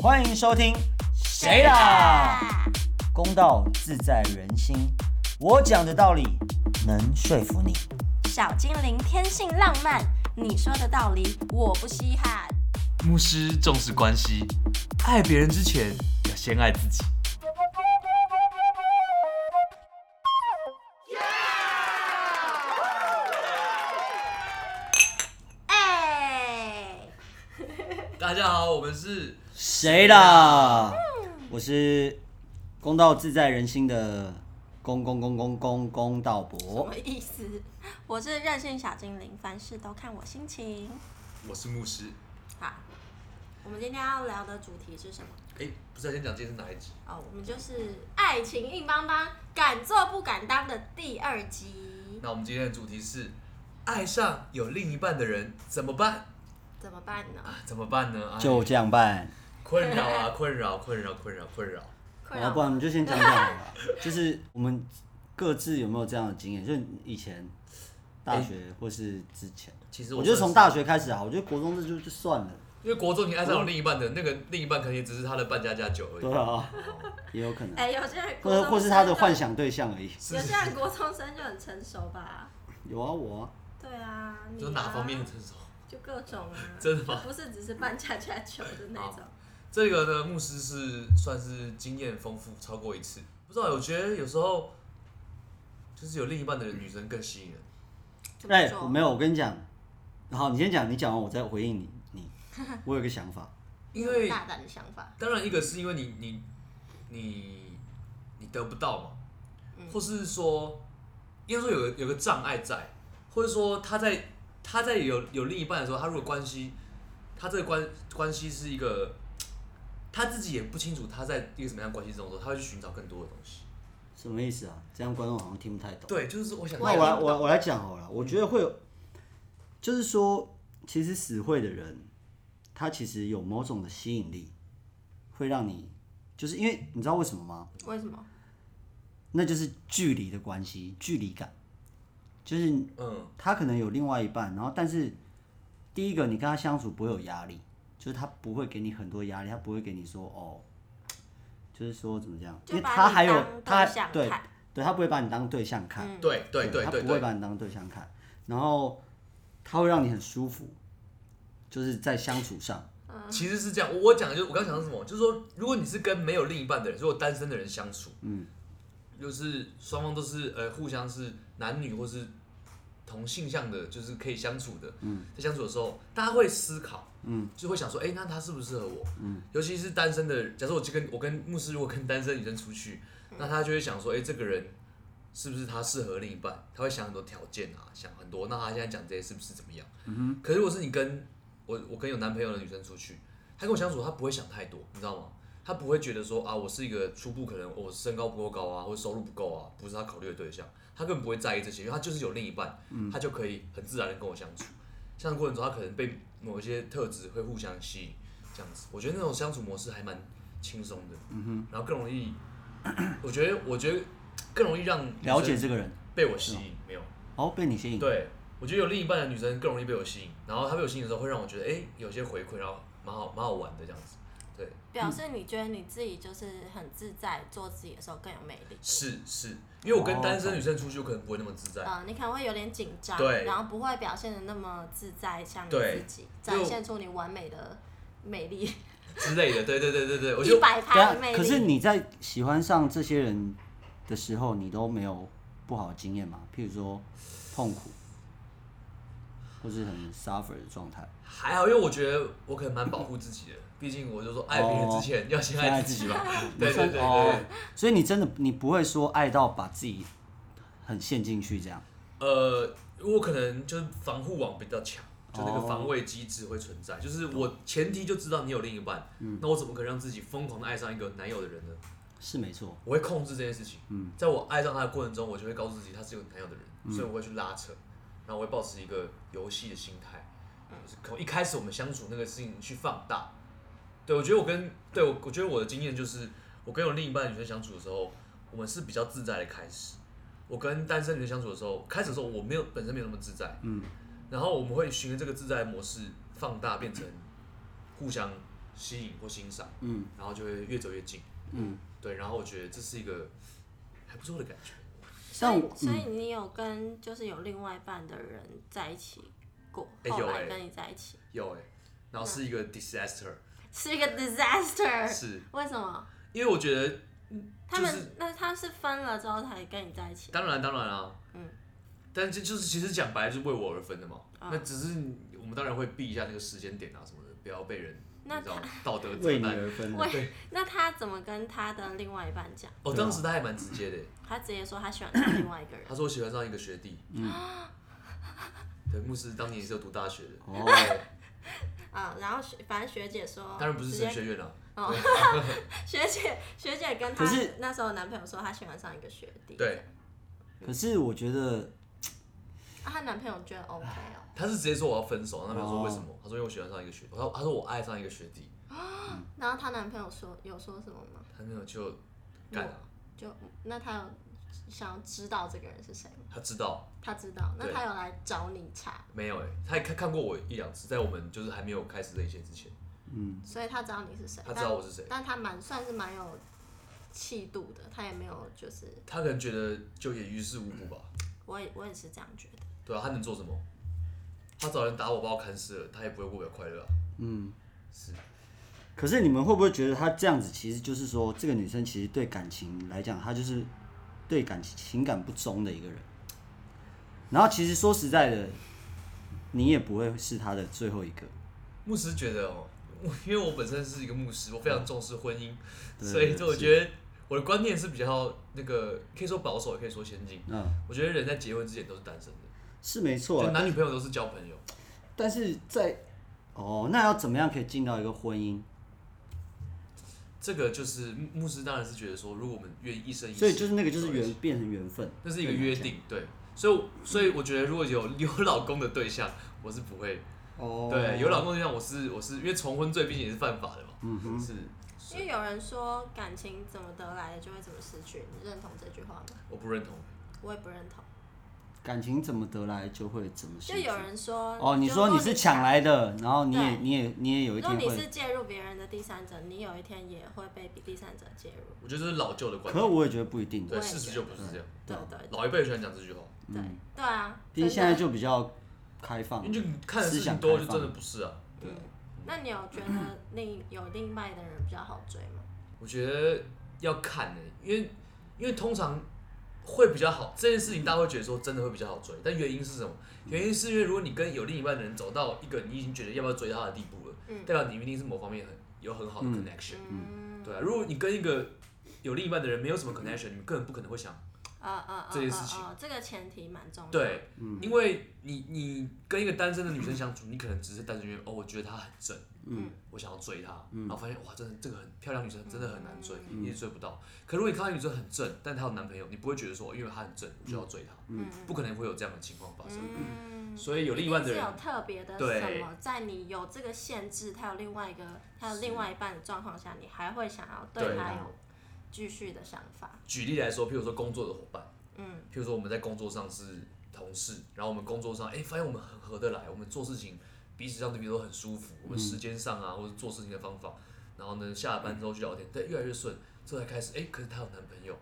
欢迎收听《谁啦》，公道自在人心，我讲的道理能说服你。小精灵天性浪漫，你说的道理我不稀罕。牧师重视关系，爱别人之前要先爱自己。哎，大家好，我们是谁啦？我是公道自在人心的公公公公公公道什伯么。意思？我是任性小精灵，凡事都看我心情。我是牧师。好，我们今天要聊的主题是什么？哎、不是要先讲今天是哪一集？哦，我们就是爱情硬邦邦，敢做不敢当的第二集。那我们今天的主题是爱上有另一半的人怎么办怎么办呢？啊？怎么办呢？哎就这样办，困扰啊， 困扰，困扰，困扰，困扰。困要扰不然我吗们就先讲讲 好了。就是我们各自有没有这样的经验？就是以前大学或是之前，其实哎我我觉得真的从是大学开始啊，我觉得国中这就就算了。因为国中你爱上有另一半的那个另一半，可能也只是他的半家家酒而已。对啊，也有可能，哎，有些人或国中者生或是他的幻，想对象而已。有些人国中生就很成熟吧？有啊，我啊，对啊，你就哪啊方面成熟？就各种啊， 真的吗哦就不是只是办恰恰球的那种。这个呢，牧师是算是经验丰富，超过一次。不知道，我觉得有时候就是有另一半的人，女生更吸引人。怎么哎，说我没有，我跟你讲，好，你先讲，你讲完我再回应你。 你，我有个想法，因为大胆的想法，当然一个是因为你你你你得不到嘛，或是说应该说有个有个障碍在，或者说他在他在有有另一半的时候，他如果关系他这个关关系是一个他自己也不清楚他在一个什么样的关系中的时候，他会去寻找更多的东西。什么意思啊？这样观众好像听不太懂。对，就是我想那我来，我我来讲好嗯了。我觉得会有，就是说，其实死会的人，他其实有某种的吸引力，会让你，就是因为你知道为什么吗？为什么？那就是距离的关系，距离感，就是嗯，他可能有另外一半，然后但是第一个你跟他相处不会有压力，就是他不会给你很多压力，他不会给你说哦，就是说怎么讲，因就为把他你还有当他对象对嗯看嗯对，他不会把你当对象看，对对对他对不会对，把你当对象看，然后他会让你很舒服，就是在相处上，其实是这样。我我讲的就是我刚想到什么，就是说，如果你是跟没有另一半的人，如果单身的人相处，嗯，就是双方都是呃互相是男女或是同性向的，就是可以相处的，嗯，在相处的时候，大家会思考，嗯，就会想说，哎、那他适不适合我？嗯，尤其是单身的，假设我就跟我跟牧师，如果跟单身女生出去，那他就会想说，哎、这个人。是不是他适合另一半？他会想很多条件啊，想很多。那他现在讲这些是不是怎么样？嗯、可是如果是你跟我我跟有男朋友的女生出去，她跟我相处，她不会想太多，你知道吗？她不会觉得说啊，我是一个初步可能哦我身高不够高啊，或者收入不够啊，不是她考虑的对象，她根本不会在意这些，因为她就是有另一半，嗯她就可以很自然的跟我相处。相处过程中，她可能被某一些特质会互相吸引，这样子，我觉得那种相处模式还蛮轻松的，嗯然后更容易，我觉得我觉得更容易让女生了解这个人，被我吸引，没有。哦，被你吸引，对，我觉得有另一半的女生更容易被我吸引，然后她被我吸引的时候，会让我觉得哎、诶有些回馈，然后蛮好蛮好玩的这样子。对，表示你觉得你自己就是很自在，做自己的时候更有魅力。是是，因为我跟哦单身懂女生出去，我可能不会那么自在。呃，你可能会有点紧张，对然后不会表现的那么自在，像你对自己就展现出你完美的美丽，之类的，对对对对对，我一就百对啊趴的魅，力。可是你在喜欢上这些人的时候，你都没有不好的经验嘛？譬如说痛苦，或是很 suffer 的状态。还好，因为我觉得我可能蛮保护自己的，毕竟我就说爱别人之前要先先爱爱自自己己吧。你对对算对对哦 对，所以你真的你不会说爱到把自己很陷进去这样。呃，我可能就是防护网比较强，就那个哦防卫机制会存在。就是我前提就知道你有另一半，那我怎么可能让自己疯狂的爱上一个男友的人呢？是没错，我会控制这件事情。在我爱上他的过程中，我就会告诉自己他是有男友的人，所以我会去拉扯，然后我会保持一个游戏的心态，就是从一开始我们相处那个事情去放大。对，我觉得我跟对我，我觉得我的经验就是，我跟我另一半女生相处的时候，我们是比较自在的开始。我跟单身女生相处的时候，开始的时候我没有本身没有那么自在，嗯，然后我们会循着这个自在模式放大，变成互相吸引或欣赏，嗯然后就会越走越近。嗯，对，然后我觉得这是一个还不错的感觉。所但以我嗯所以你有跟就是有另外一半的人在一起过，哎后有来哎跟你在一起有哎、然后是一个 disaster，是一个 disaster， 是为什么？因为我觉得他们、就是那他是分了之后才跟你在一起，当然当然啊，嗯，但这就是其实讲白了就是为我而分的嘛。啊那只是我们当然会避一下那个时间点啊什么的，不要被人你那知道道德 为责你难。而分的，喂对，那他怎么跟他的另外一半讲？哦，啊当时他还蛮直接的欸，他直接说他喜欢上另外一个人 他，说我喜欢上一个学弟。嗯 对，牧师当年也是有读大学的，哦，啊、然后学反正学姐说，当然不是直神接学院啊。哦，学姐 学姐跟她可是那时候男朋友说她喜欢上一个学弟，对，可是我觉得啊，她、男朋友觉得嗯 OK 哦，他是直接说我要分手，然后他们说哦为什么？他说因为我喜欢上一个学，他他说我爱上一个学弟，然后她男朋友说有说什么吗？他没有就干了，就那她有想要知道这个人是谁吗？他知道。她知道，那对她有来找你查，没有哎、他也看看过我一两次，在我们就是还没有开始这一切之前，嗯，所以她知道你是谁，他知道我是谁。但但她蛮算是蛮有气度的，她也没有就是他可能觉得就也于事无补吧，我也我也是这样觉得，对啊，他能做什么？他找人打我把我砍死了，他也不会过得快乐啊。嗯，是，可是你们会不会觉得她这样子，其实就是说这个女生其实对感情来讲，她就是对感情情感不忠的一个人。然后其实说实在的，你也不会是她的最后一个。牧师觉得哦，我因为我本身是一个牧师，我非常重视婚姻，对所以就我是觉得我的观念是比较那个，可以说保守，也可以说先进。嗯，我觉得人在结婚之前都是单身的，是没错就啊，男女朋友都是交朋友。但是在哦，那要怎么样可以进到一个婚姻？这个就是牧牧师当然是觉得说，如果我们愿意一生一世，所以就是那个就是走一起缘变成缘分，那是一个约定，对。所以我，所以我觉得如果有 有老公的对象，我是不会。哦，对，有老公的对象，我是我是因为重婚罪毕竟也是犯法的嘛，嗯哼是，因为有人说感情怎么得来的就会怎么失去，你认同这句话吗？我不认同。我也不认同。感情怎么得来就会怎么失就去。有人说，哦，你说你是抢来的，然后你也对你也你也有如一果天你会是，介入别人的第三者，你有一天也会被第三者介入。我觉得这是老旧的观可是念，我也觉得不一定。对，我也事实就不是这样。对嗯对老一辈喜欢讲这句话，对对啊！毕竟真现的在就比较开放因为，就你看的嗯事思情想多，开就放真的不是啊。对，那你有觉得另有另外的人比较好追吗？我觉得要看呢、因为因为通常会比较好这件事情，大家会觉得说真的会比较好追，但原因是什么？原因是因为如果你跟有另一半的人走到一个你已经觉得要不要追他的地步了，嗯代表你一定是某方面很有很好的 connection。嗯，对啊，如果你跟一个有另一半的人没有什么 connection，你们根本不可能会想啊啊啊！这件事情啊啊这个前提蛮重要。，对，嗯因为你你跟一个单身的女生相处，你可能只是单纯因为哦，我觉得她很正，嗯，我想要追她，然后发现哇，真的这个很漂亮女生真的很难追，嗯你一直追不到。可如果你看到女生很正，但她有男朋友，你不会觉得说哦因为她很正我就要追她，嗯不可能会有这样的情况发生。嗯，所以有另一半的是人有特别的对什么，在你有这个限制，他有另外一个，他有另外一半的状况下，你还会想要对对他啊有继续的想法。举例来说，譬如说工作的伙伴，嗯，譬如说我们在工作上是同事，然后我们工作上哎、发现我们很合得来，我们做事情彼此让对方都很舒服，我们时间上啊、或者做事情的方法，然后呢下了班之后去聊天，对，越来越顺，这才开始哎、可是她有男朋友，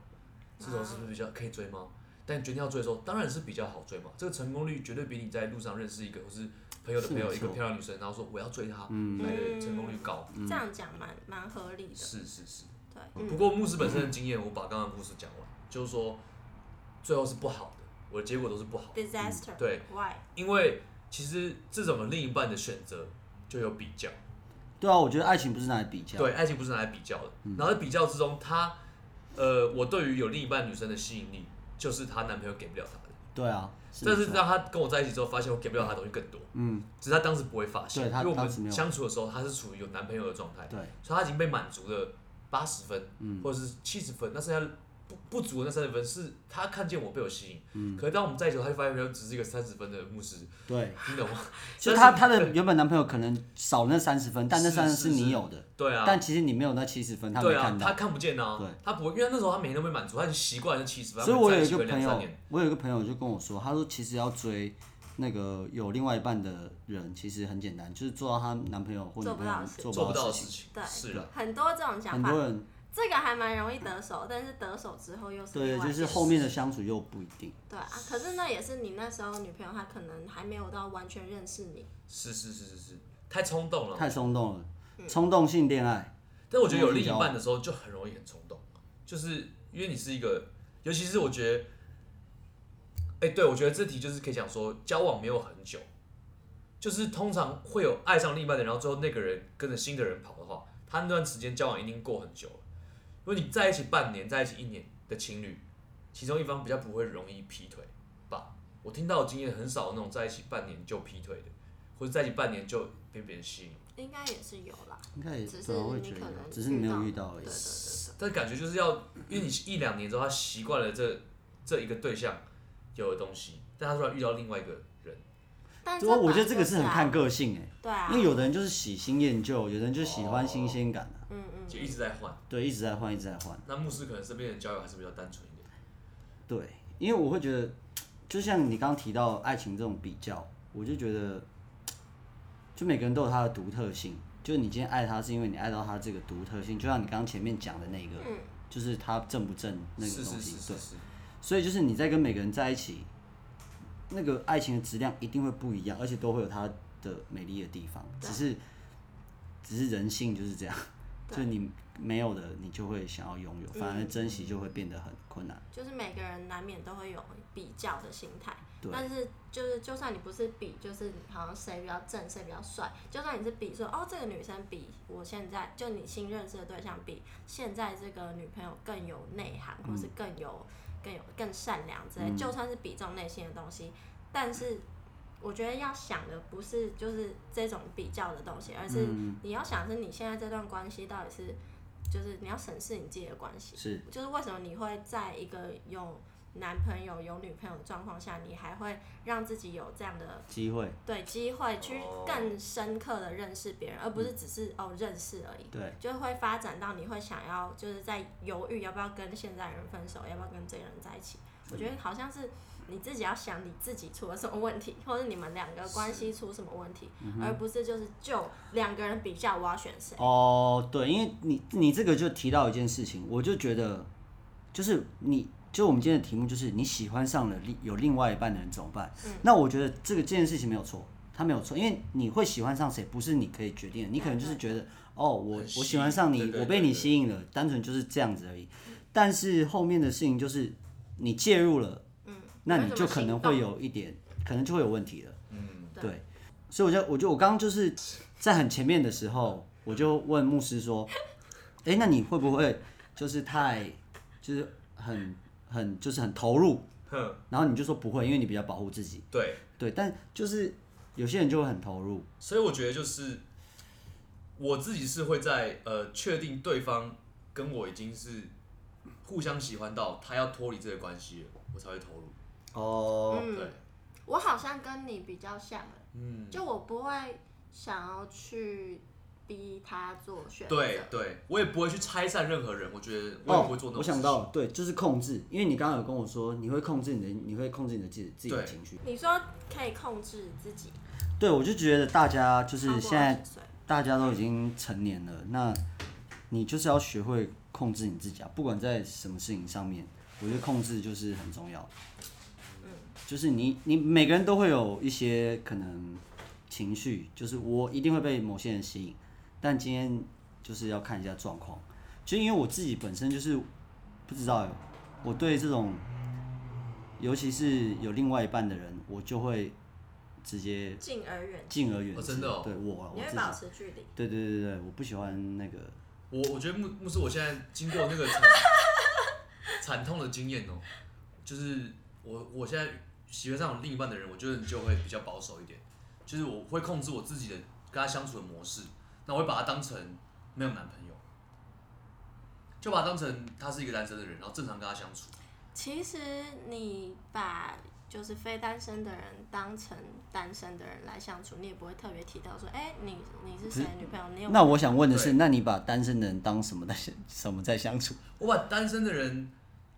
这种是不是比较可以追吗？但决定要追的时候，当然是比较好追嘛，这个成功率绝对比你在路上认识一个或是朋友的朋友是没一错嗯个漂亮女生，然后说我要追她，来的成功率高。这样讲蛮蛮合理的。是是是。对，嗯不过牧师本身的经验，我把刚刚的故事讲完，就是说最后是不好的，我的结果都是不好的， disaster，、对，why？因为其实这种的另一半的选择就有比较，对啊，我觉得爱情不是拿来比较，嗯对，爱情不是拿来比较的，然后在比较之中，她呃，我对于有另一半女生的吸引力，就是她男朋友给不了她的，对啊，但没是错让她跟我在一起之后，发现我给不了她的东西更多，嗯，只是她当时不会发现，对她因为我当时没们有相处的时候，她是处于有男朋友的状态，对，所以他已经被满足了八十分，嗯或者是七十分，那剩下不不足的那三十分是他看见我被我吸引，嗯可是当我们在一起，后，他就发现原来只是一个三十分的牧师，对，你懂吗？就但她是她的原本男朋友可能少那三十分，但那是三十是是你是有的，对啊，但其实你没有那七十分，她没对啊看，他到。看不见啊对，他不会，因为那时候他每天都被满足，他已经习惯了七十分，所以我有一他个们朋在起可能两三友年，我有一个朋友就跟我说，他说其实要追那个有另外一半的人，其实很简单，就是做到她男朋友或女做不朋友到的事做做不不到到的的事事情。情对，是啊啦，很多这种很想法多，人这个还蛮容易得手，但是得手之后又是对，另外就一是件后面的相处又不一定。对啊，可是那也是你那时候女朋友，她可能还没有到完全认识你，是是是是是，太冲动了。嗯太冲动了，冲动性恋爱，但我觉得有另一半的时候就很容易很冲动，就是因为你是一个，尤其是我觉得，哎、对我觉得这题就是可以讲说交往没有很久，就是通常会有爱上另一半的人，然后最后那个人跟着新的人跑的话，他那段时间交往一定过很久了。如果你在一起半年，在一起一年的情侣，其中一方比较不会容易劈腿吧？我听到的经验很少那种在一起半年就劈腿的，或者在一起半年就被别人吸引。应该也是有啦。应该也只是对啊，我也你觉得可有，能只是你没有遇遇到到而已对对。对但感觉就是要，因为你一两年之后，他习惯了这这一个对象有的东西，但他突然遇到另外一个人，对，但我我觉得这个是是很看个性啊对哎、啊，因为有的人就是喜新厌旧，有的人就喜欢新鲜感啊，嗯嗯，就一直在换。对，一直在换，一直在换。那牧师可能身边的交友还是比较单纯一点，对，因为我会觉得，就像你刚刚提到爱情这种比较，我就觉得，就每个人都有他的独特性。就是你今天爱他，是因为你爱到他这个独特性，就像你刚刚前面讲的那个，嗯就是他正不正那个是东是西是，对是。是，所以就是你在跟每个人在一起，那个爱情的质量一定会不一样，而且都会有它的美丽的地方。对只是，只是人性就是这样，对嗯就你没有的，你就会想要拥有，反而珍惜就会变得很困难。就是每个人难免都会有比较的心态，对但是就是就算你不是比，就是好像谁比较正，谁比较帅，就算你是比说哦这个女生比我现在就你新认识的对象比现在这个女朋友更有内涵，或是更有、更有更善良之类，就算是比这种内心的东西，但是。我觉得要想的不是就是这种比较的东西，而是你要想是你现在这段关系到底是，就是你要审视你自己的关系，是，就是为什么你会在一个有男朋友、有女朋友的状况下，你还会让自己有这样的机会，对机会去哦更深刻的认识别人，而不是只是哦认识而已，对，就会发展到你会想要就是在犹豫要不要跟现在人分手，要不要跟这个人在一起。我觉得好像是你自己要想你自己出了什么问题，或者你们两个关系出什么问题，而不是就是就两个人比较我要选谁。哦，对，因为你你这个就提到一件事情，我就觉得，就是你就我们今天的题目就是你喜欢上了另有另外一半的人怎么办？那我觉得这个这件事情没有错，他没有错，因为你会喜欢上谁不是你可以决定的，你可能就是觉得哦，我很吸我引喜欢上对你，对我被你对对吸引了，单纯就是这样子而已。但是后面的事情就是你介入了，嗯，那为你什么就可能行动会有一点，可能就会有问题了。嗯，对对，所以我就我就我刚刚就是在很前面的时候，我就问牧师说：“ 哎、那你会不会就是太就是很很就是很投入哼，？”然后你就说不会，因为你比较保护自己。对，对，但就是有些人就会很投入，所以我觉得就是我自己是会在呃确定对方跟我已经是互相喜欢到他要脱离这个关系了，我才会投入。哦，嗯对，我好像跟你比较像，嗯，就我不会想要去逼他做选择，对对，我也不会去拆散任何人，我觉得我也不会哦做，那种我事情。想到了，对，就是控制，因为你刚刚有跟我说你会控制你的，你会控制你的自己自己的对情绪。你说可以控制自己，对，我就觉得大家就是超过现在20岁大家都已经成年了，那你就是要学会控制你自己啊，不管在什么事情上面，我觉得控制就是很重要。嗯就是你你每个人都会有一些可能情绪，就是我一定会被某些人吸引，但今天就是要看一下状况。就因为我自己本身就是不知道欸，我对这种，尤其是有另外一半的人，我就会直接敬而远之，敬而远之。哦真的哦对我啊我你自会己。保持距离。对对对对，我不喜欢那个，我我觉得牧牧师，我现在经过那个 惨惨痛的经验哦、就是我我现在喜欢上有另一半的人，我觉得就会比较保守一点，就是我会控制我自己的跟他相处的模式，那我会把他当成没有男朋友，就把他当成他是一个单身的人，然后正常跟他相处。其实你把就是非单身的人当成单身的人来相处，你也不会特别提到说，哎、你你是谁的女朋友，你有那我想问的是，对那你把单身的人当什么在什么在相处？我把单身的人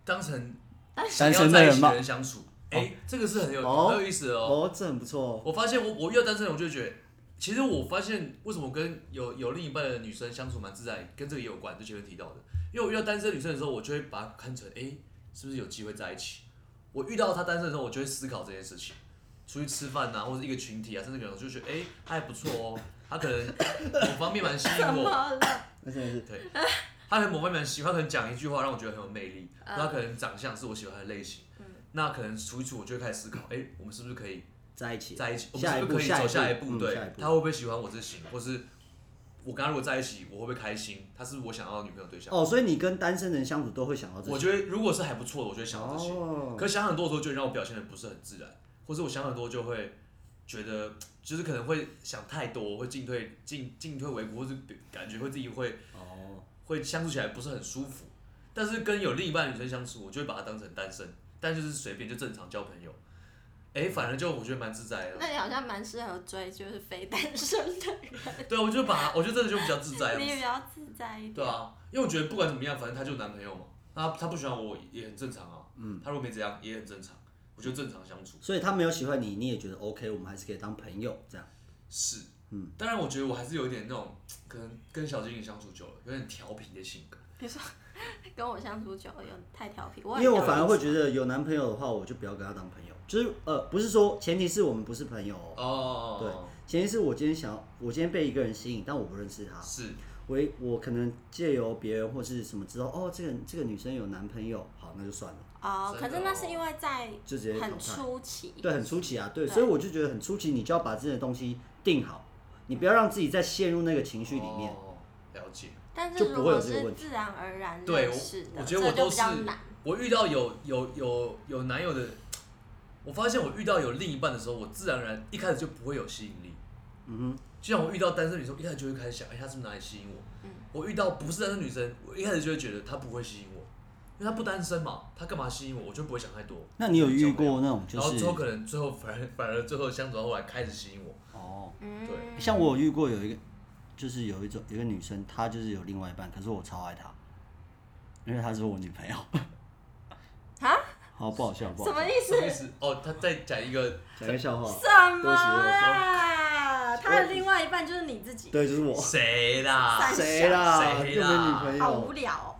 当成单想单要身的在一人起的吗？人相处，哎、这个是很有、哦很有意思的哦。哦，这很不错哦。我发现我我遇到单身人，我就会觉得，其实我发现为什么我跟有有另一半的女生相处蛮自在，跟这个也有关，就前面提到的。因为我遇到单身女生的时候，我就会把她看成，哎、是不是有机会在一起？我遇到她单身的时候，我就会思考这件事情。出去吃饭呐、或者一个群体啊，甚至可能我就觉得，哎、她还不错哦，她可能 某方面蛮吸引怎我，么了？那真的是对，他可能某方面喜欢，他可能讲一句话让我觉得很有魅力，那他可能长相是我喜欢的类型，那可能处一处我就会开始思考，哎、我们是不是可以在一起，在一起？我们下是一不是步，可以走一下一步？嗯对下一，步他会不会喜欢我这型，或是我跟他如果在一起，我会不会开心？他是不是我想要的女朋友对象？哦，所以你跟单身人相处都会想到哦这我些。觉得如果是还不错的，我就会想到这些。哦，可想很多的时候，就会让我表现的不是很自然，或是我想很多就会觉得，就是可能会想太多，会进退进进退维谷，或是感觉会自己会哦，会相处起来不是很舒服。但是跟有另一半的女生相处，我就会把她当成单身，但就是随便就正常交朋友。哎、反而就我觉得蛮自在的。 那你好像蛮适合追就是非单身 的人，对，啊我就把我就真的就比较自在你了。比较自在一点。对啊，因为我觉得不管怎么样，反正她就有男朋友嘛，那她她不喜欢我也很正常啊。嗯，她如果没怎样也很正常，我就正常相处。所以他没有喜欢你，你也觉得 OK，我们还是可以当朋友这样。是，嗯，当然我觉得我还是有一点那种，可能跟小精灵相处久了，有点调皮的性格。跟我相处久了有太调皮，因为我很反而调皮会觉得有男朋友的话，我就不要跟他当朋友。就是呃，不是说前提是我们不是朋友、哦，哦，前提是我今天想要，我今天被一个人吸引，但我不认识他，是，我我可能借由别人或是什么知道，哦，这个这个女生有男朋友，好，那就算了，哦，可真的是那哦是因为在就直接淘汰很初期，对，很出奇啊，对，对所以我就觉得很出奇，你就要把这些东西定好，你不要让自己再陷入那个情绪里面。哦，了解。但是就不如会有果这个是问题自然而然对认我识的，我觉得我这就都比是较难。我遇到有有有有男友的，我发现我遇到有另一半的时候，我自然而然一开始就不会有吸引力。嗯就像我遇到单身女生，我一开始就会开始想，哎、她是不是哪里吸引我？嗯我遇到不是单身女生，我一开始就会觉得她不会吸引我，因为她不单身嘛，她干嘛吸引我？我就不会想太多。哼，那你有遇过那种就然后是之后可能最后反而反而最后相处到后来开始吸引我，哦，嗯，对像我有遇过有一个，就是有一种有一个女生，她就是有另外一半，可是我超爱她，因为她是我女 朋友。啊？好不好笑？不好笑什么意什么意思？思？哦，他在讲一个讲个笑话。什对不么起我啊？他的另外一半就是你自己，对，就是我。谁啦？谁啦？谁又没女啦朋好无友。聊哦。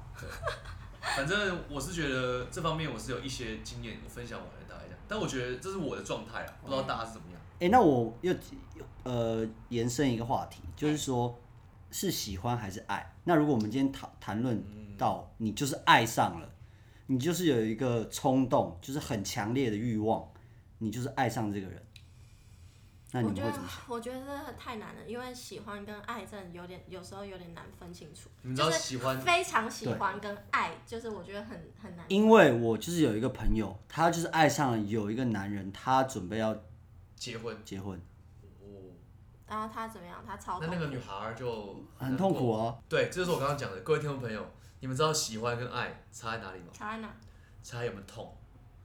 反正我是觉得这方面我是有一些经验，我分享完了大家讲。但我觉得这是我的状态啊，不知道大家是怎么样。哎、那我又呃延伸一个话题，就是说，是喜欢还是爱？那如果我们今天谈谈论嗯到你就是爱上了，你就是有一个冲动，就是很强烈的欲望，你就是爱上这个人，那你我们觉会得怎么想？我觉得真的太难了，因为喜欢跟爱真的有点，有时候有点难分清楚。你们知就道是喜欢非常喜欢跟爱，就是我觉得很很难。因为我就是有一个朋友，他就是爱上了有一个男人，他准备要结婚结婚，哦，然后他怎么样？他超那痛那苦个女孩儿就很痛苦啊。哦。对，这就是我刚刚讲的，各位听众朋友，你们知道喜欢跟爱差在哪里吗？差在哪？差有没有痛？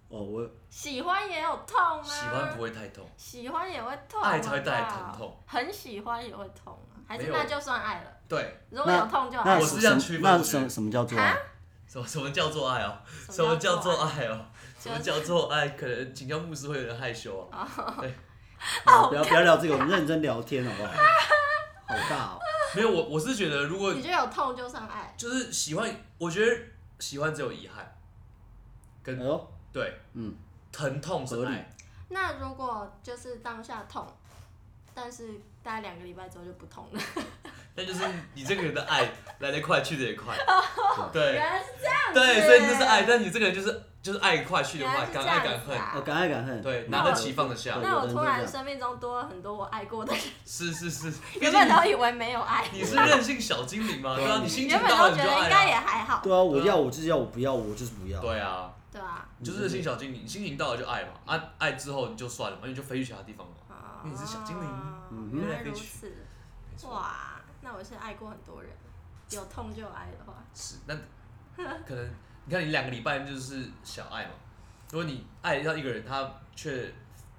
哦，我喜欢也有痛啊，喜欢不会太痛，喜欢也会痛，啊爱才会带来疼痛。很喜欢也会痛啊，还是没有那就算爱了。对，如果有痛就爱那我了。是什这样么区分那我觉什得么什么叫做爱？什么什么叫做爱哦？什什么叫做做？爱哦？什么叫做爱？可能请教牧师会有点害羞啊。好不要不要聊这个，我们认真聊天好不好？好大哦， 没有，我我是觉得，如果你觉得有痛就算爱？就是喜欢，我觉得喜欢只有遗憾，哎跟呦，对，嗯，疼痛是合理爱，那如果就是当下痛，但是大概两个礼拜之后就不痛了。但就是你这个人的爱来得快，去得也 快，原对来是这样子。对，所以你这是爱，。但你这个人就是就是爱得快，去得快，原来是敢这样爱子敢恨，呃，啊！敢爱敢恨，对，嗯拿得起放得下对，那我有突然的人是这生命中多了很多我爱过的人，是是是，毕原竟本都你以为没有爱，你是任性小精灵嘛，对啊，你心情原本到了都你觉就得应该爱也啊，还好，对啊，我要我就是要，我不要我就是不要，对啊，对吧？嗯你就是任性小精灵，你心情到了就爱嘛，啊，爱之后你就算了嘛，你就飞去其他地方了嘛，啊你是小精灵原飞来来飞如去此，没错。哇，那我是爱过很多人，有痛就有爱的话，是，那可能你看你两个礼拜就是小爱嘛。如果你爱到一个人，他却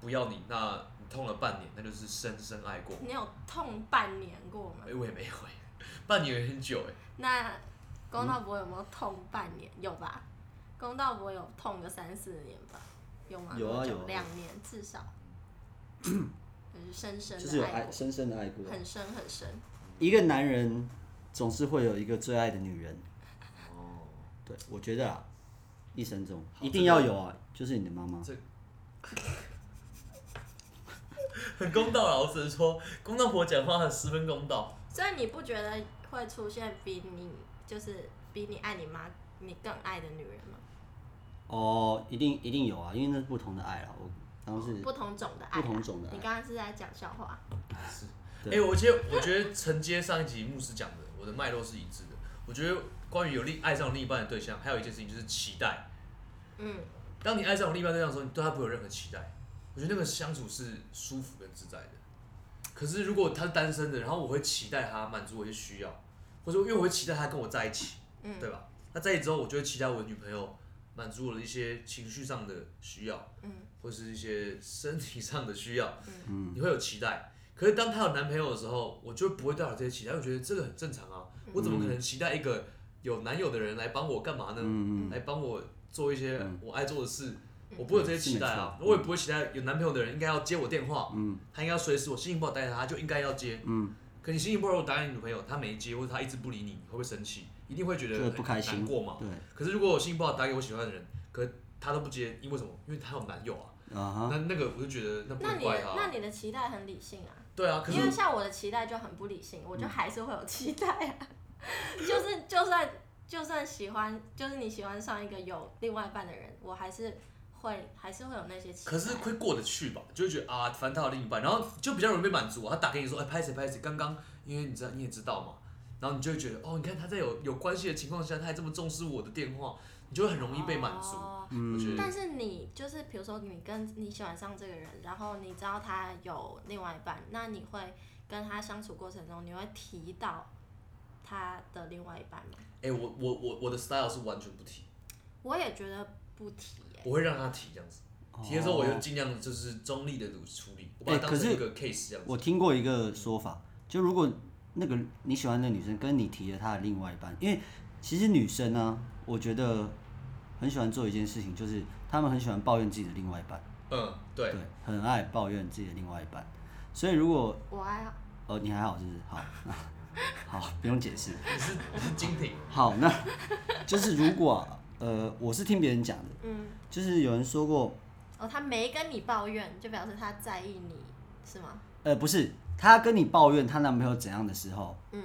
不要你，那你痛了半年，那就是深深爱过。你有痛半年过吗哎、？我也没有哎、 半年也很久哎、那公道博有没有痛半年？有吧？公道博有痛个三四年吧？有吗？有啊多久有啊两年 至少，就是深深就是有的爱爱，过，深深的爱过。很深很深。一个男人总是会有一个最爱的女人，哦，对我觉得啊，一生中好一定要有啊，就是你的妈妈。很公道啦，我只能说公道婆讲话很十分公道。所以你不觉得会出现比你就是比你爱你妈你更爱的女人吗？哦，一定一定有啊，因为那是不同的爱啊。我当时不同种的爱啊，不同种的爱你刚刚是在讲笑话，哎、对我觉得我觉得承接上一集牧师讲的，我的脉络是一致的。我觉得关于有另爱上另一半的对象，还有一件事情就是期待。嗯，当你爱上另一半对象的时候，你对他不会有任何期待。我觉得那个相处是舒服跟自在的。可是如果他是单身的，然后我会期待他满足我一些需要，或者因为我会期待他跟我在一起，嗯对吧？那在一起之后，我就会期待我的女朋友满足我的一些情绪上的需要，嗯，或是一些身体上的需要，嗯，你会有期待。可是当她有男朋友的时候，我就不会对她有这些期待，我觉得这个很正常啊，嗯我怎么可能期待一个有男友的人来帮我干嘛呢？来帮我做一些我爱做的事，嗯我不会有这些期待啊，我也不会期待有男朋友的人应该要接我电话，嗯，他应该要随时我心情不好打给他，他就应该要接，嗯。可你心情不好，我打给你女朋友，她没接，或者她一直不理你，你会不会生气？一定会觉得就会很不开心难过嘛。对可是如果我心情不好打给我喜欢的人，可是他都不接，因为什么？因为他有男友啊。啊哈，那那个我就觉得那不那能你怪的他那啊。你的期待很理性啊，对啊，可是嗯因为像我的期待就很不理性，我就还是会有期待啊， 就是就算就算喜欢，就是你喜欢上一个有另外一半的人，我还是会还是会有那些期待。啊可是会过得去吧？就会觉得啊，反正他有另一半，然后就比较容易被满足啊。他打给你说，哎、拍谁拍谁，刚刚因为你知道你也知道嘛，然后你就会觉得哦，你看他在有有关系的情况下，他还这么重视我的电话，你就会很容易被满足。哦我觉得但是你就是比如说你跟你喜欢上这个人，然后你知道他有另外一半，那你会跟他相处过程中，你会提到他的另外一半吗？哎、我我我我的 style 是完全不提，我也觉得不提耶、我会让他提这样子。提的时候我就尽量就是中立的处理，我把哦哎它当可成是一个 case 这样子。我听过一个说法，就如果那个你喜欢的女生跟你提了她的另外一半，因为其实女生呢、啊我觉得很喜欢做一件事情，就是她们很喜欢抱怨自己的另外一半，嗯，对，很爱抱怨自己的另外一半。所以如果我还呃你还好是不是？好， 好不用解释。你是你是 精品，好，那就是如果啊、呃我是听别人讲的，嗯就是有人说过，哦，他没跟你抱怨，就表示他在意你是吗？呃不是她跟你抱怨她男朋友怎样的时候，嗯，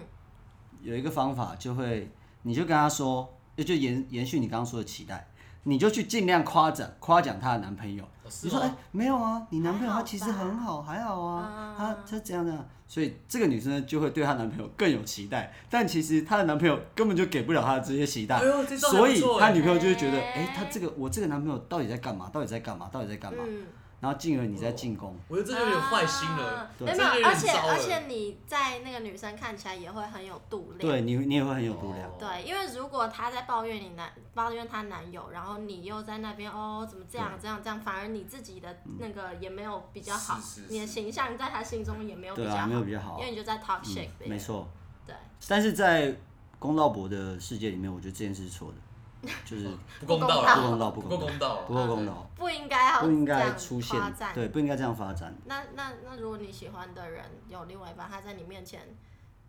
有一个方法，就会你就跟她说，呃就就延延续你刚刚说的期待，你就去尽量夸奖夸奖她的男朋友。哦是你说哎、吗？没有啊，你男朋友还好他吧其实很好，还好啊啊，他他这样的、所以这个女生呢就会对她男朋友更有期待，但其实她的男朋友根本就给不了她的这些期待哎，呦，这招还所不以错她哎。女朋友就会觉得，哎哎、她这个我这个男朋友到底在干嘛？到底在干嘛？到底在干嘛？嗯，然后进而你哦在进攻，我觉得这就有点坏心了啊，这没有就没有有，而点且糟而了。且你在那个女生看起来也会很有度量。哦对你你也会很有度量。对，因为如果她在抱怨你男，抱怨她男友，然后你又在那边哦，怎么这样这样这样，反而你自己的嗯那个也没有比较好，是是你的形象在她心中也没有比对较好，啊，没有比较好啊因，为你就在 talk shit，、嗯、没错。对，但是在公道博的世界里面，我觉得这件事是错的， 就是不公道不不了，公道，不不公够道，公道不。够公道，不应该哦要不应这该样出现夸，赞。对，不应该这样发展。那那那如果你喜欢的人有另外一半，她在你面前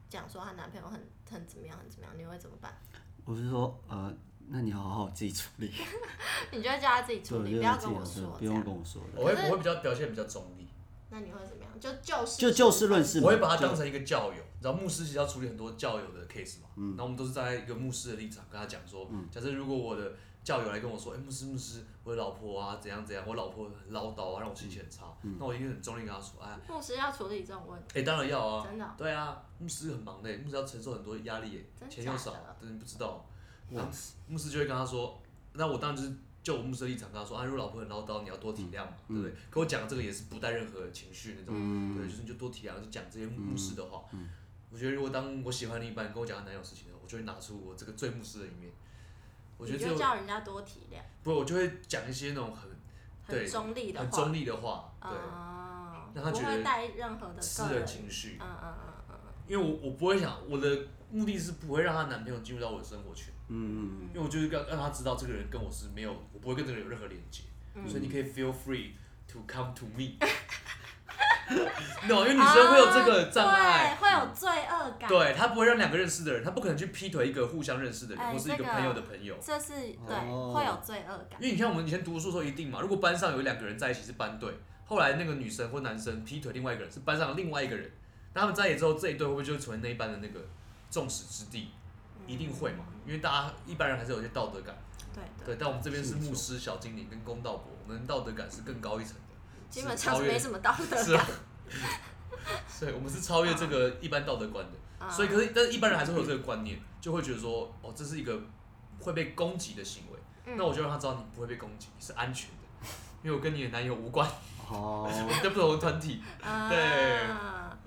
讲说她男朋友很很怎么样很怎么样，你会怎么办？ 我是说，呃，那你好好自己处理，你就会叫她自己对，处我理，觉不得要自跟己我有事说不这用样跟。我说的，我会可是我会比较表现比较中立，那你会怎么样？就就事就就事论事嘛。我会把它就当成一个教友。你知道牧师其实要处理很多教友的 case 嘛，然后我们都是站在一个牧师的立场跟他讲说，假设如果我的教友来跟我说，哎，牧师牧师，我的老婆啊怎样怎样，我老婆很唠叨啊，让我心情很差，那我一定很中立跟他说，哎牧师要处理这种问题，哎，当然要啊，真的哦、对啊，牧师很忙的，牧师要承受很多压力耶，真钱又假少的，但是你不知道。然后牧师就会跟他说，那我当然就是就我牧师的立场跟他说，啊，如果老婆很唠叨，你要多体谅嘛，对不对？可我讲的这个也是不带任何情绪那种，对，就是你就多体谅，就讲这些牧师的话。我觉得如果当我喜欢另一半跟我讲她男友事情的时候，我就会拿出我这个最牧师的一面。我觉得你这就种叫人家多体谅，不，我就会讲一些那种很对很中立的很话，中立的话，对，啊，让他不觉得会带任何的私个人人情绪。嗯嗯嗯嗯嗯，因为我我不会想我的目的是不会让她男朋友进入到我的生活圈，嗯嗯，因为我就是让让她知道这个人跟我是没有，我不会跟这个人有任何连接，所以你可以 feel free to come to me。no，因为女生会有这个障碍嗯啊，对，会有罪恶感。，对她不会让两个认识的人，她不可能去劈腿一个互相认识的人，哎或是一个这个朋友的朋友。这是对、哦会有罪恶感因。为你看我们以前读书的时候一定嘛，如果班上有两个人在一起是班队，后来那个女生或男生劈腿另外一个人是班上的另外一个人，那他们在一起之后这一对会不会就成为那一班的那个众矢之的？一定会嘛，因为大家一般人还是有一些道德感。嗯对对，对，但我们这边是没错牧师、小精灵跟公道伯，我们道德感是更高一层的，基本上是没什么道德是吧感。？所以我们是超越这个一般道德观的，啊所以可是但是一般人还是会有这个观念，就会觉得说，哦，这是一个会被攻击的行为，嗯那我就让他知道你不会被攻击，你是安全的，因为我跟你的男友无关，哦，我们都不同的团体，啊对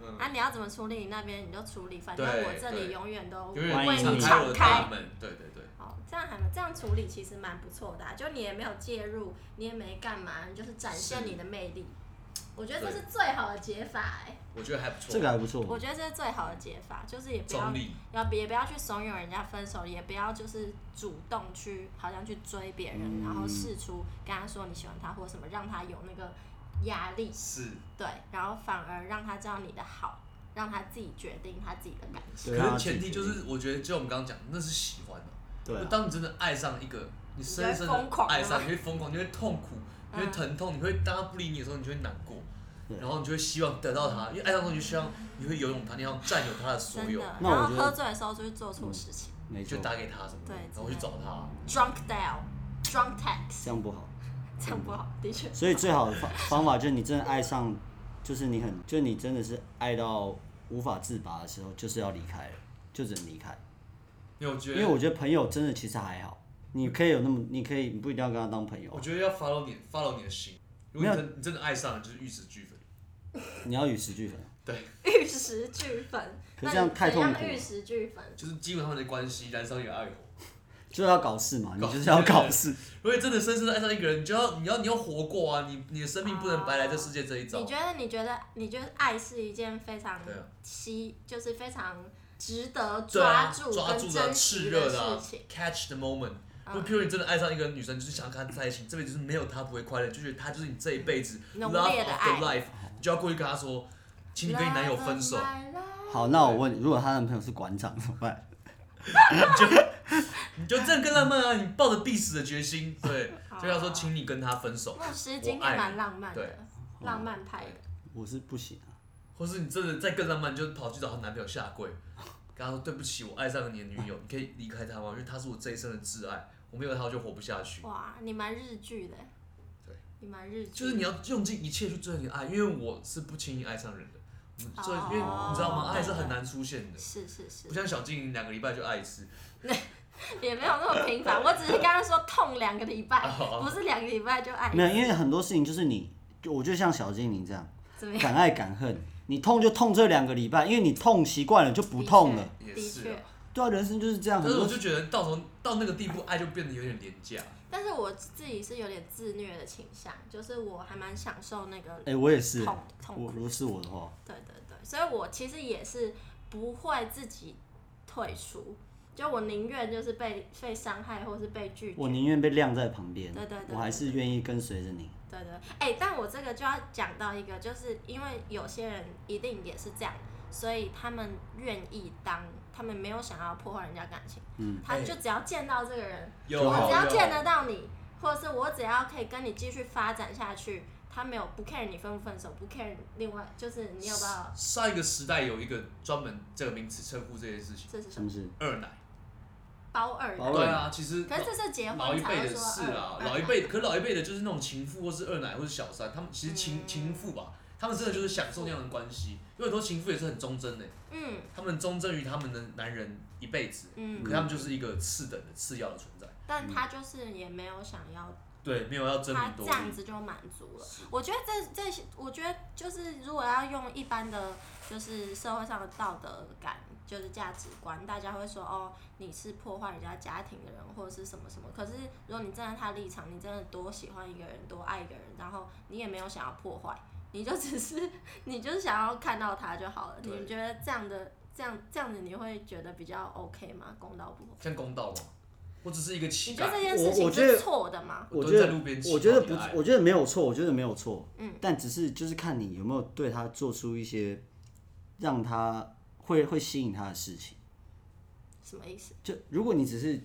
嗯啊，你要怎么处理你那边你就处理，反正对 我这对里永远都永欢远迎为敞你开我敞的开大。门，对对对，哦，这样还蛮这样处理其实蛮不错的、啊，就你也没有介入，你也没干嘛，你就是展现是你的魅力。我觉得这对是最好的解法哎、我觉得还不错，这个还不错。我觉得这是最好的解法，就是也不要中立，要也不要去怂恿人家分手，也不要就是主动去好像去追别人，嗯然后试出跟他说你喜欢他或什么，让他有那个压力，是，对，然后反而让他知道你的好，让他自己决定他自己的感觉。对可啊是前提就是，我觉得就我们刚刚讲的，那是喜欢的。对啊，当你真的爱上一个，你深深你就会疯的狂爱上，你会疯狂，你会痛苦，你会疼痛，你会当他不理你的时候，你就会难过对，然后你就会希望得到他，因为爱上之后你就希望你会游泳他，你要占有他的所真有，的，那然我后觉得喝醉的时候就去做错事情、没错，就打给他什么的对，然后去找他。 d r u n k down，drunk text，这样不好。这样不好，嗯的确。所以最好的方方法就是你真的爱上，就是你很，就你真的是爱到无法自拔的时候，就是要离开了，就只能离开。因为我觉因为得，我觉得朋友真的其实还好，你可以有那么，你可以你不一定要跟他当朋友我，觉得要 follow 你，follow 你的心。如果你真你真的爱上了，就是玉石俱焚。你要与时俱焚。对，玉石俱焚，可那是这样你太怎样痛苦了玉石俱焚，就是基本他们的关系，燃烧你的爱火。就是要搞事嘛，你搞就是要事搞事。如果你真的深深的爱上一个人，你就要你要你要活过啊！你你的生命不能白来这世界这一遭。你觉得？你觉得？你觉得爱是一件非常对啊稀，就是非常值得对啊抓住、抓跟住的珍炽惜热的啊事情。 catch the moment。如果譬如你真的爱上一个女生，就是想跟她在一起，这辈子就是没有她不会快乐，就觉得她就是你这一辈子浓 love 烈的 of 爱 the life，你就要过去跟她说，请你跟你男友分手 Love，of my life 好，那我问你，如果她男朋友是馆长怎么办？你就真的更浪漫啊！你抱着必死的决心，对，就跟她说，请你跟她分手，牧师今天我爱你蛮浪漫对的，浪漫派的。我是不行啊。或是你真的再更浪漫，你就跑去找她男朋友下跪，跟她说对不起，我爱上了你的女友，你可以离开她吗？因为她是我这一生的挚爱，我没有她我就活不下去。哇，你蛮日剧的。对。你蛮日剧。就是你要用尽一切去追你的爱，因为我是不轻易爱上人的。嗯所以，哦因为你知道吗？对爱是很难出现的，是是是不，像小静两个礼拜就爱一次。也没有那么频 繁。我只是刚刚说痛两个礼拜哦，不是两个礼拜就爱。没有，因为很多事情就是你，就我就像小精灵这样，怎么样？敢爱敢恨。你痛就痛这两个礼拜，因为你痛习惯了就不痛了。也的是啊确。对啊，人生就是这样。但是很我多就觉得到时候到那个地步，爱就变得有点廉价。但是我自己是有点自虐的倾向，就是我还蛮享受那个哎、我也是，痛痛我苦，如果是我的话，对对对，所以我其实也是不会自己退出，就我宁愿就是被被伤害或是被拒绝，我宁愿被晾在旁边，对对对我还是愿意跟随着你。对对，哎、但我这个就要讲到一个，就是因为有些人一定也是这样，所以他们愿意当，他们没有想要破坏人家感情，嗯，他哎就只要见到这个人，有啊就我好只要见有得到你，或者是我只要可以跟你继续发展下去，他没有不 care 你分不分手，不 care 另外就是你有没有上一个时代有一个专门这个名词称呼这件事情，这是什是么不是？二奶。包二包二的，对啊，其实可是这是结老婚一才辈会的说是啊，二嗯老一二辈的，可是老一辈的就是那种情妇或是二奶或是小三，他们其实情情妇吧，他们真的就是享受那样的关系，因为很多情妇也是很忠贞的。嗯他们忠贞于他们的男人一辈子，嗯，可他们就是一个次等的次要的存在，但他就是也没有想要对，没有要争他名这夺样利，子就满足了。我觉得这这些，我觉得就是如果要用一般的，就是社会上的道德感，就是价值观，大家会说哦，你是破坏人家家庭的人，或者是什么什么。可是如果你站在他立场，你真的多喜欢一个人，多爱一个人，然后你也没有想要破坏，你就只是 你就是想要看到他就好了。对你觉得这样的这样这样子，你会觉得比较 OK 吗？公道不？像公道嘛，或者是一个你乞觉丐得这，件事情我觉得是错的吗？我我觉蹲在得路边，我乞觉讨得你的不爱，我觉得没有错，我觉得没有错，嗯，但只是就是看你有没有对他做出一些让他会会吸引他的事情。什么意思？就如果你只是，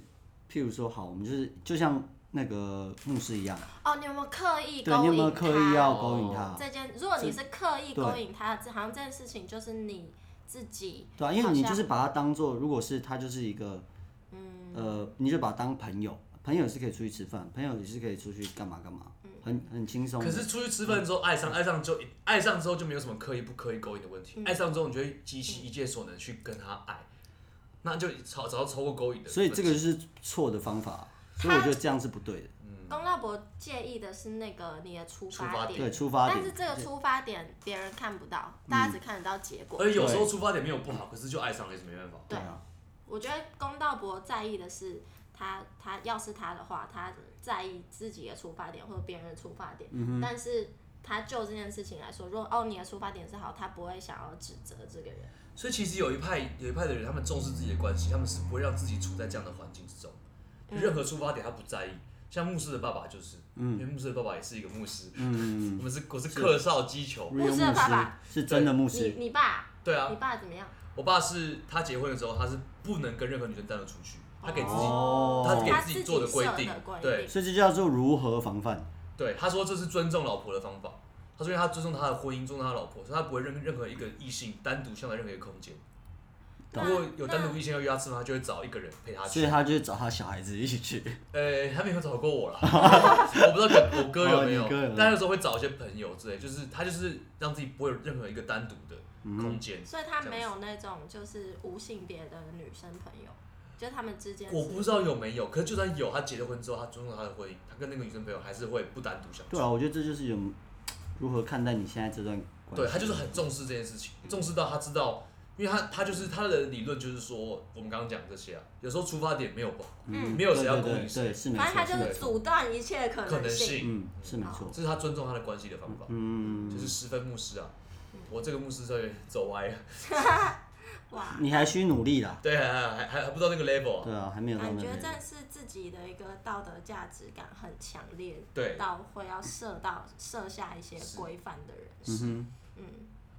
譬如说，好，我们就是就像那个牧师一样，哦，你有没有刻意对勾引他？你有没有刻意要勾引他？这件，如果你是刻意对勾引他，这好像这件事情就是你自己对啊，因为你好像就是把他当做，如果是他就是一个，嗯，呃，你就把他当朋友，朋友也是可以出去吃饭，朋友也是可以出去干嘛干嘛，嗯很很轻松可的。是出去吃饭之后爱上，爱上就爱上之后就没有什么刻意不刻意勾引的问嗯题。爱上之后，你就会极其一切所能去跟他爱，那就超早超过勾引的。所以这个就是错的方法，所以我觉得这样是不对的。龚道博介意的是那个你的出出发发对，嗯出发但点是这个出发点别人看不到，大家只看得到结果。而有时候出发点没有不好，可是就爱上了也是没办法。对啊，我觉得龚道博在意的是他，他要是他的话，他在意自己的出发点或者别人的出发点。嗯但是他就这件事情来说，如果哦你的出发点是好，他不会想要指责这个人。所以其实有一派有一派的人，他们重视自己的关系，他们是不会让自己处在这样的环境之中，任何出发点他不在意。像牧师的爸爸就是，嗯因为牧师的爸爸也是一个牧师， 我们是我是客少击球， ，real 牧师的爸牧师爸是真的牧师你，你爸，对啊你，爸怎么样？我爸是他结婚的时候，他是不能跟任何女生单独出去，他给自己，哦他给他自己做的规设定的规，对定所以这叫做如何防范。对，他说这是尊重老婆的方法。他说因为他尊重他的婚姻，尊重他的老婆，所以他不会任任何一个异性单独向来任何一个空间。如那果有单独那异性要约他吃饭，他就会找一个人陪他去。所以他就找他小孩子一起去。呃，他没有找过我 啦，我不知道我哥有没哦有你哥有没有，但有时候会找一些朋友之类，就是他就是让自己不会有任何一个单独的空间。所以他没有那种就是无性别的女生朋友，就是他们之间是我不知道有没有，可是就算有，他结了婚之后，他尊重他的婚姻，他跟那个女生朋友还是会不单独相对处。啊，我觉得这就是有如何看待你现在这段关系。对他就是很重视这件事情，嗯重视到他知道，因为他他就是他的理论就是说，我们刚刚讲这些啊，有时候出发点没有不好，嗯没有谁要对攻对击对，谁，是没反正他错，就是哦没是错，阻断一切可可能性。性，嗯，是没错。这是他尊重他的关系的方法，嗯，就是十分牧师啊，我这个牧师稍微走歪了。哇，你还需努力啦。对，还还还还不到那个 level 啊。对啊，还没有到感那觉边。这是自己的一个道德价值感很强烈，对到会要设到设下一些规范的人。嗯哼，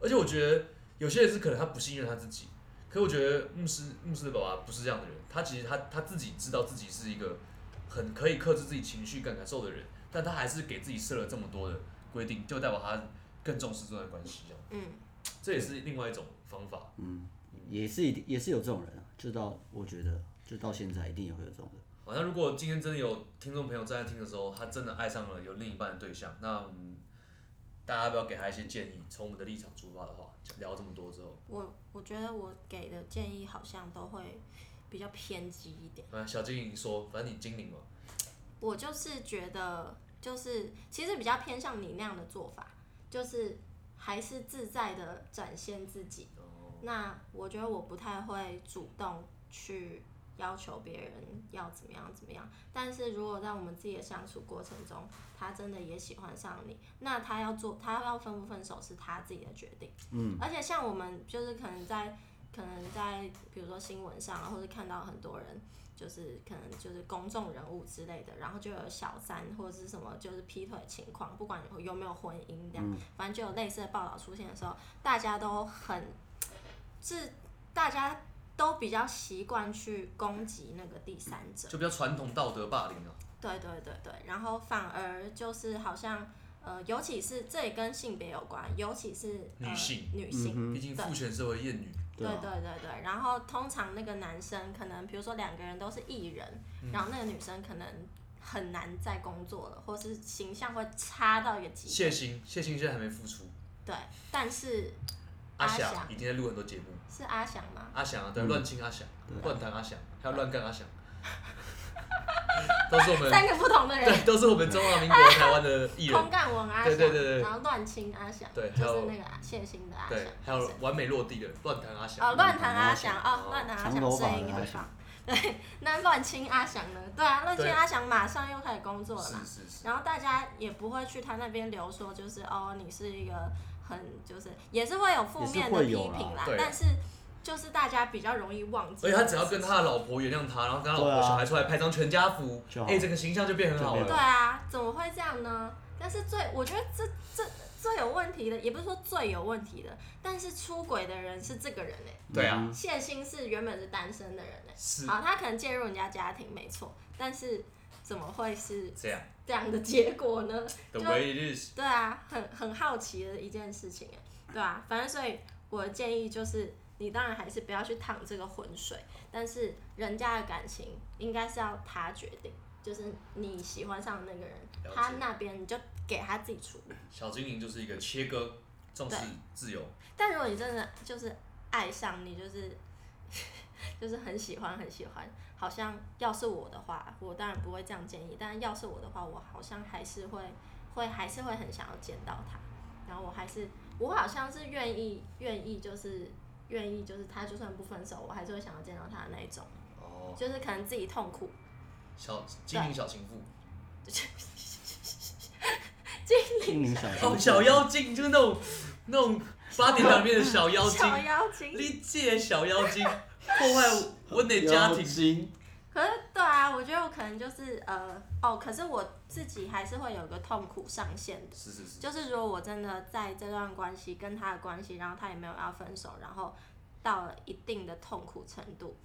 而且我觉得有些人是可能他不信任他自己，可我觉得牧师牧师的爸爸不是这样的人，他其实他他自己知道自己是一个很可以克制自己情绪感感受的人，但他还是给自己设了这么多的规定，就代表他更重视这段关系这样嗯，这也是另外一种方法。也是一定也是有这种人啊，就到我觉得就到现在一定也会有这种人。好，那如果今天真的有听众朋友在听的时候，他真的爱上了有另一半的对象，那嗯，大家要不要给他一些建议？从我们的立场出发的话，聊这么多之后，我我觉得我给的建议好像都会比较偏激一点。啊，小精灵说，反正你精灵嘛，我就是觉得，就是其实比较偏向你那样的做法，就是还是自在的展现自己。那我觉得我不太会主动去要求别人要怎么样怎么样，但是如果在我们自己的相处过程中，他真的也喜欢上你，那他要做他要分不分手是他自己的决定。嗯，而且像我们就是可能在可能在比如说新闻上啊，或者看到很多人。就是可能就是公众人物之类的，然后就有小三或者是什么，就是劈腿情况，不管有有没有婚姻这样，反正就有类似的报道出现的时候，大家都很是大家都比较习惯去攻击那个第三者，就比较传统道德霸凌啊。对对对对，然后反而就是好像呃，尤其是这也跟性别有关，尤其是、呃、女性女性，嗯毕竟父权社会厌女，对啊对对对，然后通常那个男生可能，比如说两个人都是艺人，嗯然后那个女生可能很难再工作了，或是形象会差到一个极谢欣，谢欣现在还没复出，对，但是阿翔翔已经在录很多节目，是阿翔吗？阿翔啊，嗯对，乱亲阿翔，乱弹阿翔，还有乱干 阿翔，都是我们，三个不同的人，呃对，都是我们中华民国台湾的艺空 人，干文阿对翔，对对对然后乱亲阿翔，对就还是有那个啊谢欣的阿翔对，，还有完美落地的乱弹阿哦，翔，乱弹阿翔哦，哦乱弹阿长头翔发声的音阿很翔棒。 对，那乱亲阿翔呢？对啊，乱亲对阿翔马上又开始工作了是嘛。是是，然后大家也不会去他那边留说，就是哦，你是一个很就是也是会有负也是面的会批有啦评啦，对但是就是大家比较容易忘记。而且他只要跟他的老婆原谅他，然后跟他老对婆啊小孩出来拍张全家福，就哎、好整个形象就变很好就对变了。啊，怎么会这样呢？但是最我觉得这这最有问题的，也不是说最有问题的，但是出轨的人是这个人哎、嗯对啊，谢欣是原本是单身的人哎、是好，他可能介入人家家庭没错，但是怎么会是这样。这样的结 果呢？ The 就 way it is，对啊，很很好奇的一件事情哎，对啊，反正所以我的建议就是，你当然还是不要去淌这个浑水，但是人家的感情应该是要他决定，就是你喜欢上的那个人了，解他那边你就给他自己处理。小精灵就是一个切割，重视对自由，但如果你真的就是爱上你，就是 就是很喜欢很喜欢，好像要是我的话，我当然不会这样建议。但要是我的话，我好像还是会会还是会很想要见到他，然后我还是我好像是愿意愿意就是愿意就是他就算不分手，我还是会想要见到他的那一种，哦，就是可能自己痛苦，小精灵小情妇，心灵小哦，心 小妖精就是那种那种八点档里面的小妖精，小妖精。理解小妖精破坏温的家庭，庭，可是对啊，我觉得我可能就是呃哦，可是我自己还是会有个痛苦上限的。是是是，就是如果我真的在这段关系跟他的关系，然后他也没有要分手，然后到了一定的痛苦程度，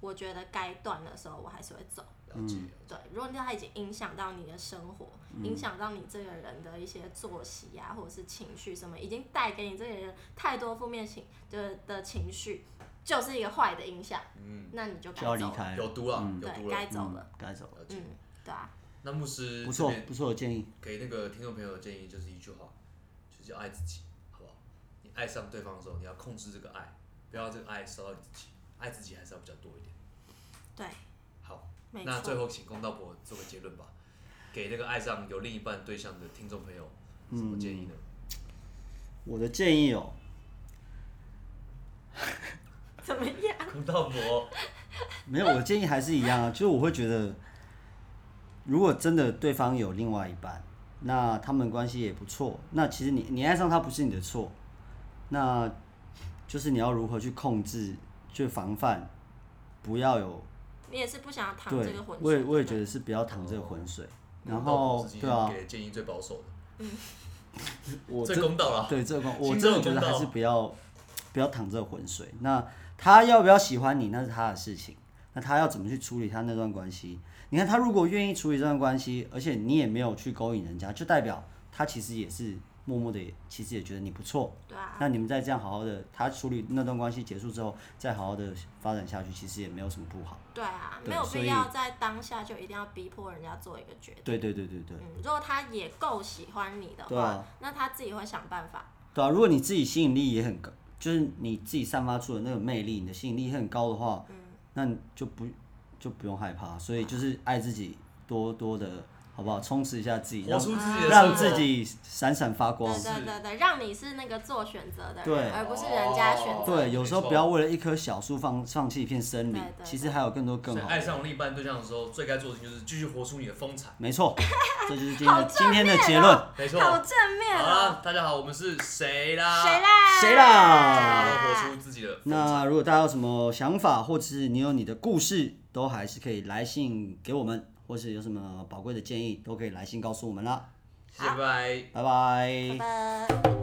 我觉得该断的时候，我还是会走。了解。嗯对，如果他已经影响到你的生活，影响到你这个人的一些作息啊，或者是情绪什么，已经带给你这个人太多负面情就是的情绪，就是一个坏的影响，嗯，那你就该就要离走了。开了，有毒了，嗯有毒对，了该。走了。嗯，该走了，了解嗯，对啊，那牧师不这错边不错的建议，给那个听众朋友的建议就是一句话，就是要爱自己，好不好？你爱上对方的时候，你要控制这个爱，不要让这个爱烧到你自己，爱自己还是要比较多一点。对，好，没那最错。后请公道婆做个结论吧，给那个爱上有另一半对象的听众朋友嗯什么建议呢？我的建议哦， 怎么样？公道婆，没有，我的建议还是一样啊，就是我会觉得，如果真的对方有另外一半，那他们关系也不错，那其实你你爱上他不是你的错，那就是你要如何去控制，去防范，不要有你也是不想要淌这对个浑，水。我也我也对觉得是不要淌这个浑水，然公道婆后是今对天啊给，的建议最保守的，嗯 我最真公道了。对这个，我心真中的有哦觉得公道还是不要不要淌这个浑水。那他要不要喜欢你，那是他的事情。那他要怎么去处理他那段关系？你看，他如果愿意处理这段关系，而且你也没有去勾引人家，就代表他其实也是默默的，其实也觉得你不错。对啊，那你们再这样好好的，他处理那段关系结束之后，再好好的发展下去，其实也没有什么不好。对啊，对没有所以必要在当下就一定要逼迫人家做一个决定。对对对对对，嗯，如果他也够喜欢你的对话，啊那他自己会想办法。对啊，如果你自己吸引力也很高，就是你自己散发出的那个魅力，你的吸引力很高的话，那你就不就不用害怕，所以就是爱自己，多多的好不好，充实一下自己，活让出自己的让生活自己闪闪发光。对对对对，让你是那个做选择的对人，而不是人家选择。对，有时候没错不要为了一棵小树放放弃一片森林对，对其实还有更多更所以好爱的。上另一半对象的时候，最该做的就是继续活出你的风采。没错，这就是今天的好今正天的面结哦论。没错。好正面好哦！啦，大家好，我们是谁啦？谁？啦？谁啦大家都活出自己的风采。那如果大家有什么想法，或者是你有你的故事，都还是可以来信给我们，或是有什么宝贵的建议，都可以来信告诉我们啦。谢谢，拜拜。拜拜拜拜。